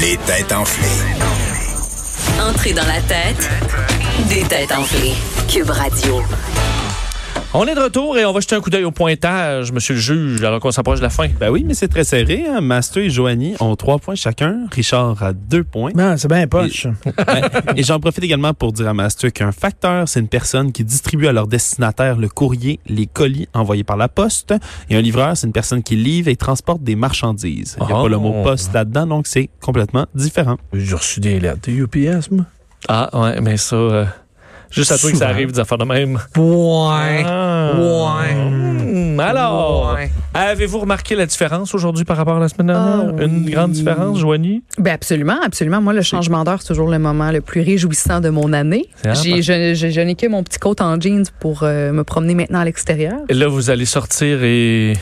Les têtes enflées. Entrée dans la tête des têtes enflées. Cube Radio. On est de retour et on va jeter un coup d'œil au pointage, monsieur le juge, alors qu'on s'approche de la fin. Ben oui, mais c'est très serré. Hein? Master et Joanie ont trois points chacun. Richard a deux points. Non, c'est bien poche. Ben, et j'en profite également pour dire à Master qu'un facteur, c'est une personne qui distribue à leur destinataire le courrier, les colis envoyés par la poste. Et un livreur, c'est une personne qui livre et transporte des marchandises. Il n'y a Oh. pas le mot poste là-dedans, donc c'est complètement différent. J'ai reçu des lettres de UPS, moi. Ah, ouais, mais ça. euh, juste à toi que ça Souvent. arrive des affaires de même. Ouais. Ah. Hmm, Alors, avez-vous remarqué la différence aujourd'hui par rapport à la semaine dernière? Une grande différence, Joanie? Ben absolument, absolument. Moi, le changement d'heure, c'est toujours le moment le plus réjouissant de mon année. C'est vrai, J'ai, je, je- je n'ai que mon petit coat en jeans pour euh, me promener maintenant à l'extérieur. Et là, vous allez sortir et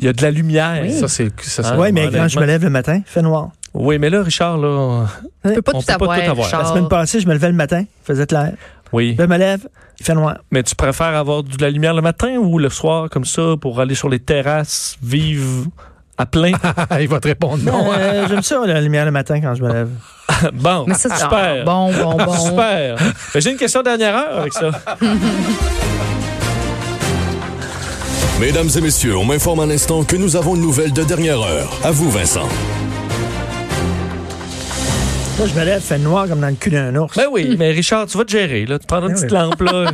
il y a de la lumière. Oui. Ça, Ça, c'est. Ça, Ah, c'est Oui, mais honnêtement. quand je me lève le matin, il fait noir. Oui, mais là, Richard, là. Je peux pas, On tout, peut pas avoir, tout avoir. Richard. La semaine passée, je me levais le matin, il faisait clair. Oui. Je me lève, il fait noir. Mais tu préfères avoir de la lumière le matin ou le soir, comme ça, pour aller sur les terrasses, vivre à plein? il va te répondre non. Euh, J'aime ça, la lumière le matin quand je me lève. bon, Mais ça, c'est- super. ah, bon, bon, bon. Super. Mais J'ai une question dernière heure avec ça. Mesdames et messieurs, on m'informe un instant que nous avons une nouvelle de dernière heure. À vous, Vincent. Là, je me lève, il fait noir comme dans le cul d'un ours. Ben oui, mais Richard, tu vas te gérer. Là. Tu prendras une Hmm. Ben petite oui. lampe, là.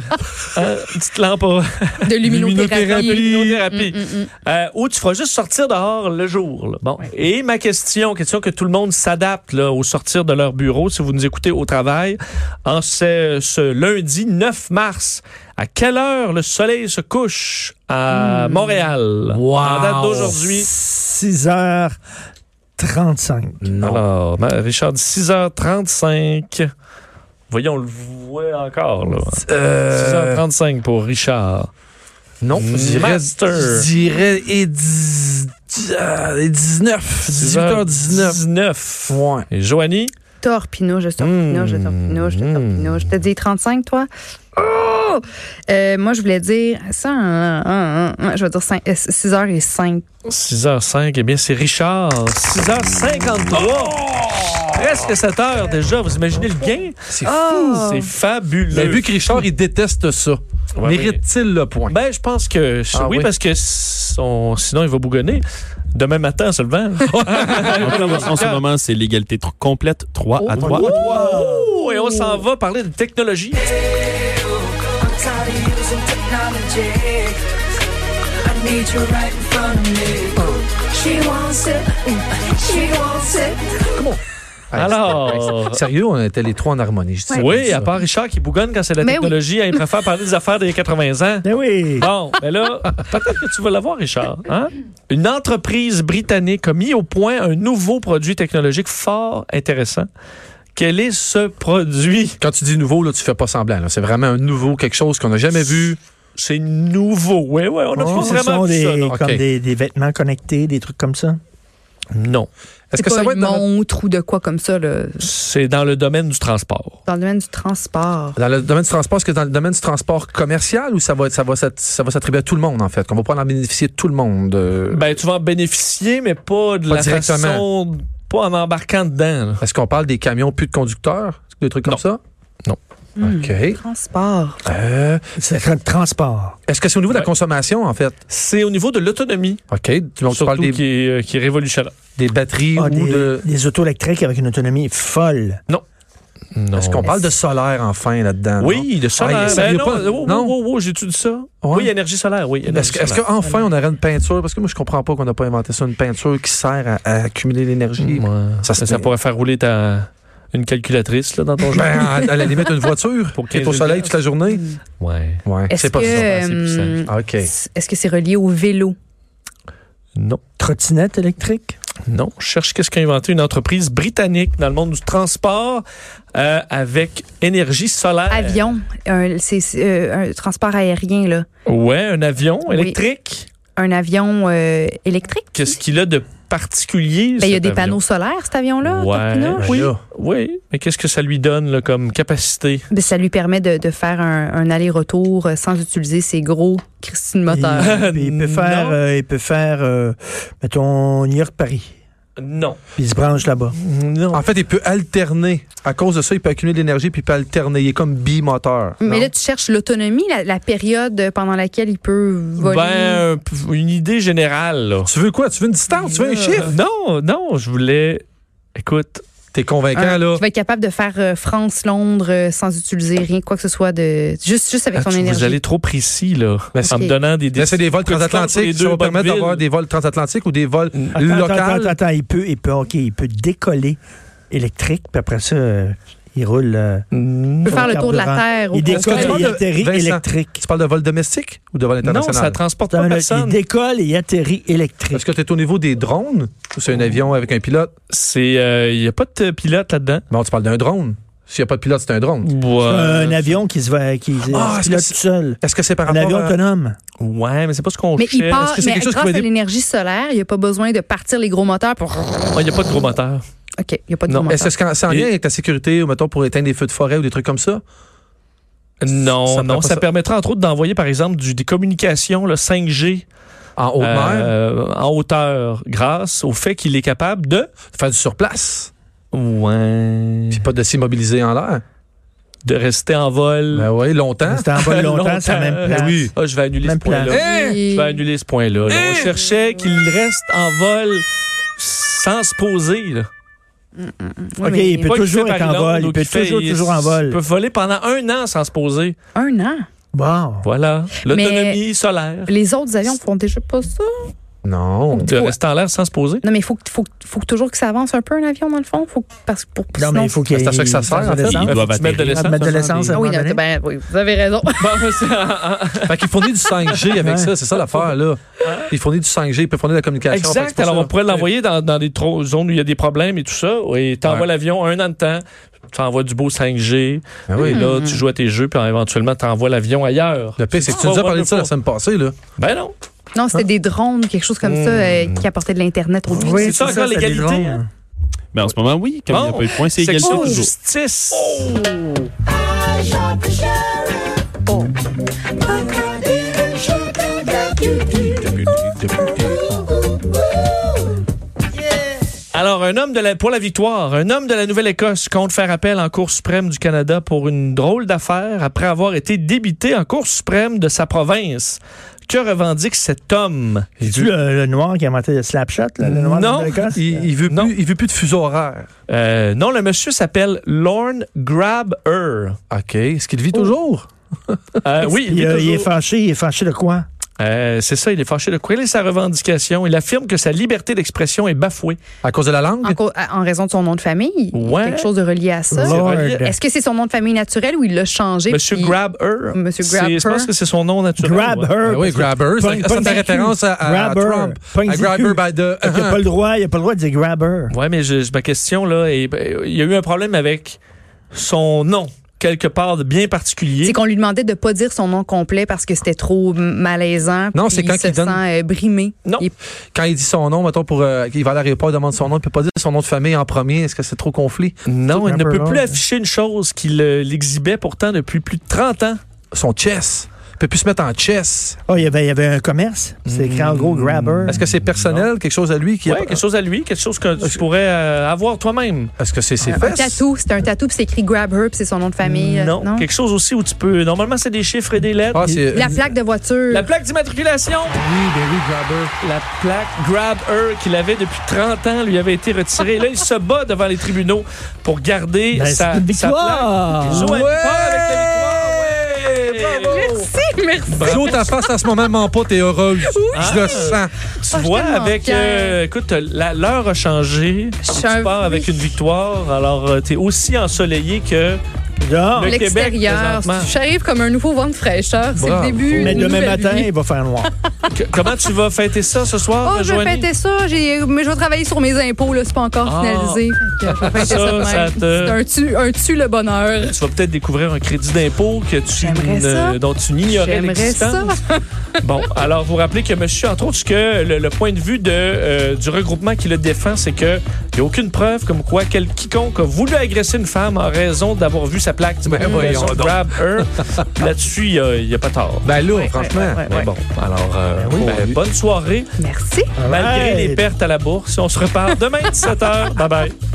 Hein, une petite lampe à De luminothérapie. luminothérapie. luminothérapie. Hmm, Euh, ou tu feras juste sortir dehors le jour. là. Bon. Et ma question, question que tout le monde s'adapte là, au sortir de leur bureau, si vous nous écoutez au travail, en ce, ce lundi 9 mars, à quelle heure le soleil se couche à Hmm. Montréal? En date d'aujourd'hui. 6h35. Alors, ma- Richard, 6h35. Voyons, on le voit encore, là. Euh, 6h35 pour Richard. Non, Mm. je dirais. Master. Je dirais. Et dix- euh, ah, et 19. 18h19. 19. Ouais. Et Joanie? Torpinouche, je torpinouche, je torpinouche, je Mm. torpinouche. Je te dis 35, toi? Oh! Euh, moi, je voulais dire ça, hein, hein, hein, hein, je vais dire 6h05. 6h05, eh bien, c'est Richard. 6h53. Oh! Presque 7 heures déjà. Vous imaginez le gain? Ah! C'est C'est fabuleux. Mais vu que Richard, il déteste ça, Ouais, mérite-t-il le point? Ben, je pense que Ah oui, oui. parce que son- sinon, il va bougonner. Demain matin, seulement. Donc là, en ce moment, c'est l'égalité tr- complète 3 à 3. Ouh, et on s'en va parler de technologie. Alors, Sérieux, on était les trois en harmonie. Je dis oui, à part Richard qui bougonne quand c'est la Mais technologie, il préfère parler des affaires des 80 ans. Ben oui. Bon, mais là, peut-être que tu vas l'avoir, Richard. hein? Une entreprise britannique a mis au point un nouveau produit technologique fort intéressant. Quel est ce produit? Quand tu dis nouveau, là, tu fais pas semblant. là. C'est vraiment un nouveau, quelque chose qu'on n'a jamais vu. C'est nouveau. Oui, oui, on a Oh, pas ce vraiment sont vu des, ça. non? comme Ok. des, des vêtements connectés, des trucs comme ça. Non, C'est Est-ce que pas ça va être une dans, montre ou de quoi comme ça, là, c'est dans le domaine du transport. dans le domaine du transport. dans le domaine du transport? Est-ce que dans le domaine du transport commercial ou ça va, être- ça va, s'att- ça va s'attribuer à tout le monde, en fait? Qu'on va pas en bénéficier tout le monde? euh, Ben, tu vas en bénéficier, mais pas de Pas la directement. façon... Pas en embarquant dedans. là. Est-ce qu'on parle des camions plus de conducteurs? Des trucs comme Non. ça? Non. OK. Hmm. Transport. Euh, C'est tra- transport. Est-ce que c'est au niveau de Ouais. la consommation, en fait? C'est au niveau de l'autonomie, OK. Tu- Donc, tu surtout, parles des, qui, est, euh, qui est révolutionnaire. des batteries Ah, ou des, de. des autos électriques avec une autonomie folle. Est-ce qu'on parle de solaire, enfin, là-dedans? non? Oui, de solaire. Ah, il- ça Ben vient non, pas- oh, oh, non? oh, oh, j'étudie ça. Ouais. Oui, énergie solaire, oui. énergie Est-ce que- est-ce solaire. qu'enfin on aurait une peinture? Parce que moi, je comprends pas qu'on n'a pas inventé ça, une peinture qui sert à, à accumuler l'énergie. Ouais. Ça Ça, se met- pourrait faire rouler ta... une calculatrice là, dans ton jeu. Ben, à, à la limite, une voiture Pour qui est 15 au soleil toute la journée. Ouais. Ouais, Mm. Est-ce c'est pas que, ça. c'est euh, Ah, OK. Est-ce que c'est relié au vélo? Non, Trottinette électrique. non. Je cherche qu'est-ce qu'a inventé une entreprise britannique dans le monde du transport euh, avec énergie solaire. Avion. Un, c'est c'est, euh, un transport aérien, là. Ouais, un avion Oui. électrique. Un avion euh, électrique? Qu'est-ce qu'il a de particulier Ben, il y a cet des avion? panneaux solaires, cet avion-là, Ouais, ben Torpino? oui, là. oui. Mais qu'est-ce que ça lui donne là, comme capacité? Ben, ça lui permet de, de faire un, un aller-retour euh, sans utiliser ses gros Christine Il, Moteur. il peut Non. faire, euh, il peut faire euh, mettons, New York-Paris. Non. Puis il se branche là-bas. Non. Ah, En fait, il peut alterner. À cause de ça, il peut accumuler de l'énergie puis il peut alterner. Il est comme bimoteur. Mais non? là, tu cherches l'autonomie, la, la période pendant laquelle il peut voler. Ben, euh, une idée générale, là. tu veux quoi? Tu veux une distance? Tu veux un chiffre? Non, non, je voulais. Écoute, T'es convaincant, Hein, là. Tu vas être capable de faire euh, France-Londres euh, sans utiliser rien, quoi que ce soit de. Juste, juste avec ah, ton tu- énergie. vous allez trop précis, là. c'est- En me donnant des Ben, Mais c'est des vols petites distances pour les transatlantiques. deux Ça va bonnes permettre villes. d'avoir des vols transatlantiques ou des vols Attends, attends, attends, locaux. attends, il peut, il peut, ok, il peut décoller électrique, puis après ça, euh, il roule. euh, Tu peux faire le tour de la carburant. Terre. il au- Est-ce que tu décolle parles et de- atterrit Vincent? électrique. Tu parles de vol domestique ou de vol Non, ça international? transporte Attends, pas là, personne. Il décolle et atterrit électrique. Est-ce que tu es au niveau des drones ou c'est un avion avec un pilote? C'est, il n'y a pas de pilote là-dedans. Bon, tu parles d'un drone. S'il n'y a pas de pilote, c'est un drone. Euh, Ouais. un avion qui se va, qui se Ah, pilote est-ce que c'est- tout seul. Est-ce que c'est par Un rapport avion à... Hein? autonome. Ouais, mais c'est pas ce qu'on Mais cherche. il part, Est-ce que c'est mais quelque chose qui grâce va à aider? l'énergie solaire, il n'y a pas besoin de partir les gros moteurs pour. Il n'y a pas de gros moteur. OK, il n'y a pas de Non, gros Est-ce moteurs. que c'est en- c'est en Et- lien avec ta sécurité, ou mettons, pour éteindre des feux de forêt ou des trucs comme ça? Non, Ça non. ferait pas Ça, ça. permettra entre autres d'envoyer, par exemple, du, des communications, le 5G En haute mer? euh, en hauteur grâce au fait qu'il est capable de. Faire du surplace? Ouais. Puis pas de s'immobiliser en l'air? De rester en vol. Ben oui, longtemps. Eh C'était en bas longtemps, c'est la même Longtemps. place. Oui. Ah, je vais annuler Même ce point-là. plan. Je vais annuler ce point-là. là. Eh! On cherchait qu'il reste en vol sans se poser. là. Oui, OK, mais il peut Pas qu'il toujours fait être par en exemple, vol. ou Il peut qu'il fait- toujours, toujours en Il vol. peut voler pendant un an sans se poser. Un an. Bon. Voilà. Mais- L'autonomie solaire. Les autres avions font déjà pas ça. Non. De rester en l'air sans se poser. Non, mais il faut, que- faut, faut toujours que ça avance un peu, un avion, dans le fond. Faut, que- parce que pour, Non, mais il faut qu'il c'est à ça que ça il- sert, en fait. hein? Il descende. faut doit que tu mettes de atterrir. l'essence. Mettre de dans un l'essence. des- Ah oui, non, ben, oui, vous avez raison. Bon, c'est- Fait qu'il fournit du 5G avec ça, c'est ça l'affaire, là. Il fournit du 5G, il peut fournir de la communication. Fait que c'est exact. pour Alors, ça. on pourrait l'envoyer dans, dans des tro- zones où il y a des problèmes et tout ça. Et t'envoies Ouais. l'avion un an de temps. T'envoies du beau 5G. Ben Ah Et oui. là, tu joues à tes jeux, puis éventuellement, t'envoies l'avion ailleurs. Le pire, c'est que tu nous as parlé de ça la semaine passée, là. Ben non. Non, c'était des drones, quelque chose comme ça, Hmm. euh, qui apportait de l'Internet au Oui, C'est ça encore c'est l'égalité, des drones. hein? Ben, en ce moment, oui, comme il n'y a Bon. pas eu de point, c'est égalité Section toujours. justice. Alors, un homme de la, pour la victoire, un homme de la Nouvelle-Écosse compte faire appel en Cour suprême du Canada pour une drôle d'affaire après avoir été débité en Cour suprême de sa province. Que revendique cet homme? C'est-tu le, le noir qui a inventé le slapshot, là, le noir Non. de l'Écosse? Il, il veut plus, il veut plus de fuseau horaire. Euh, non, le monsieur s'appelle Lorne Grabber. OK. Est-ce qu'il vit toujours? Euh, oui, Il, il est euh, il est toujours- fâché, il est fâché de quoi? Euh, c'est ça, il est fâché de quoi? Quelle est sa revendication? Il affirme que sa liberté d'expression est bafouée. À cause de la langue? En, co- en raison de son nom de famille. Ouais. Quelque chose de relié à ça. Lord. Est-ce que c'est son nom de famille naturel ou il l'a changé? Monsieur puis- Grabber. Monsieur C'est- Grabber. Je pense que c'est son nom naturel. Grab ouais. her. Ben oui, parce que- grabber. Pogne- Ça, ça pogne fait du cul. référence à, à Grabber. Trump. Pogne À du grabber cul. by the... Uh-huh. Fait qu'il a pas le droit, il a pas le droit de dire grabber. Ouais, mais je- je- ma question, là, est- ben, il y a eu un problème avec son nom, quelque part de bien particulier. C'est qu'on lui demandait de pas dire son nom complet parce que c'était trop m- malaisant. Non, puis c'est quand il se qu'il donne- sent euh, brimé. Non. Il- Quand il dit son nom, mettons, pour, euh, il va à l'aéroport, il demande son nom, il peut pas dire son nom de famille en premier. Est-ce que c'est trop conflit? Non, il ne Grabber, peut plus ouais. afficher une chose qu'il euh, l'exhibait pourtant depuis plus de 30 ans. Son chess. Il peut plus se mettre en chess. Oh, il y avait, il y avait un commerce. C'est écrit en gros grabber. Est-ce Mm. que c'est personnel, quelque chose à lui? qui a- Ouais, quelque chose à lui, quelque chose que tu pourrais euh, avoir toi-même. Est-ce que c'est ses Un fesses? tatou, c'est un tatou, puis c'est écrit Grab Her, puis c'est son nom de famille. euh, Non, quelque chose aussi où tu peux. Normalement, c'est des chiffres et des lettres. Ah, c'est... La plaque de voiture. La plaque d'immatriculation, Oui, ben oui, grabber. la plaque Grab Her qu'il avait depuis 30 ans lui avait été retirée. Là, il se bat devant les tribunaux pour garder Ben, sa, c'est une sa victoire! plaque. Joe, elle part avec la victoire. Ouais! Merci, merci. Claude, ta face en ce moment, ment pas, t'es heureuse. Je le sens. Tu Oh, je vois, suis tellement avec. euh, écoute, la- l'heure a changé. Je suis Tu un- pars avec oui. une victoire. Alors, euh, t'es aussi ensoleillé que. Non. Le Québec, L'extérieur. présentement. J'arrive comme un nouveau vent de fraîcheur. C'est Bravo. le début. Mais d'une demain nouvelle matin, vie. il va faire noir. que- comment tu vas fêter ça ce soir, Oh, je vais Joanie? fêter ça, j'ai- mais je vais travailler sur mes impôts, là, c'est pas Ah. encore finalisé. Fait que je vais fêter Ça, ça, de même. ça te- C'est un tu, un tu le bonheur. Tu vas peut-être découvrir un crédit d'impôt que tu J'aimerais ça. dont tu n'ignorais J'aimerais l'existence. ça. Bon, alors vous rappelez que monsieur, entre autres, ce que le, le point de vue de, euh, du regroupement qui le défend, c'est que Puis aucune preuve comme quoi quel, quiconque a voulu agresser une femme en raison d'avoir vu sa plaque du Ben voyons donc. Grab Her. hein. Là-dessus, il n'y a, pas tort. Ben là, Ouais, franchement. ouais, ouais, Mais ouais. bon, alors, euh, Ben oui. ben, bonne soirée. Merci. Malgré Alright. les pertes à la bourse, on se repart demain 17h. Bye bye.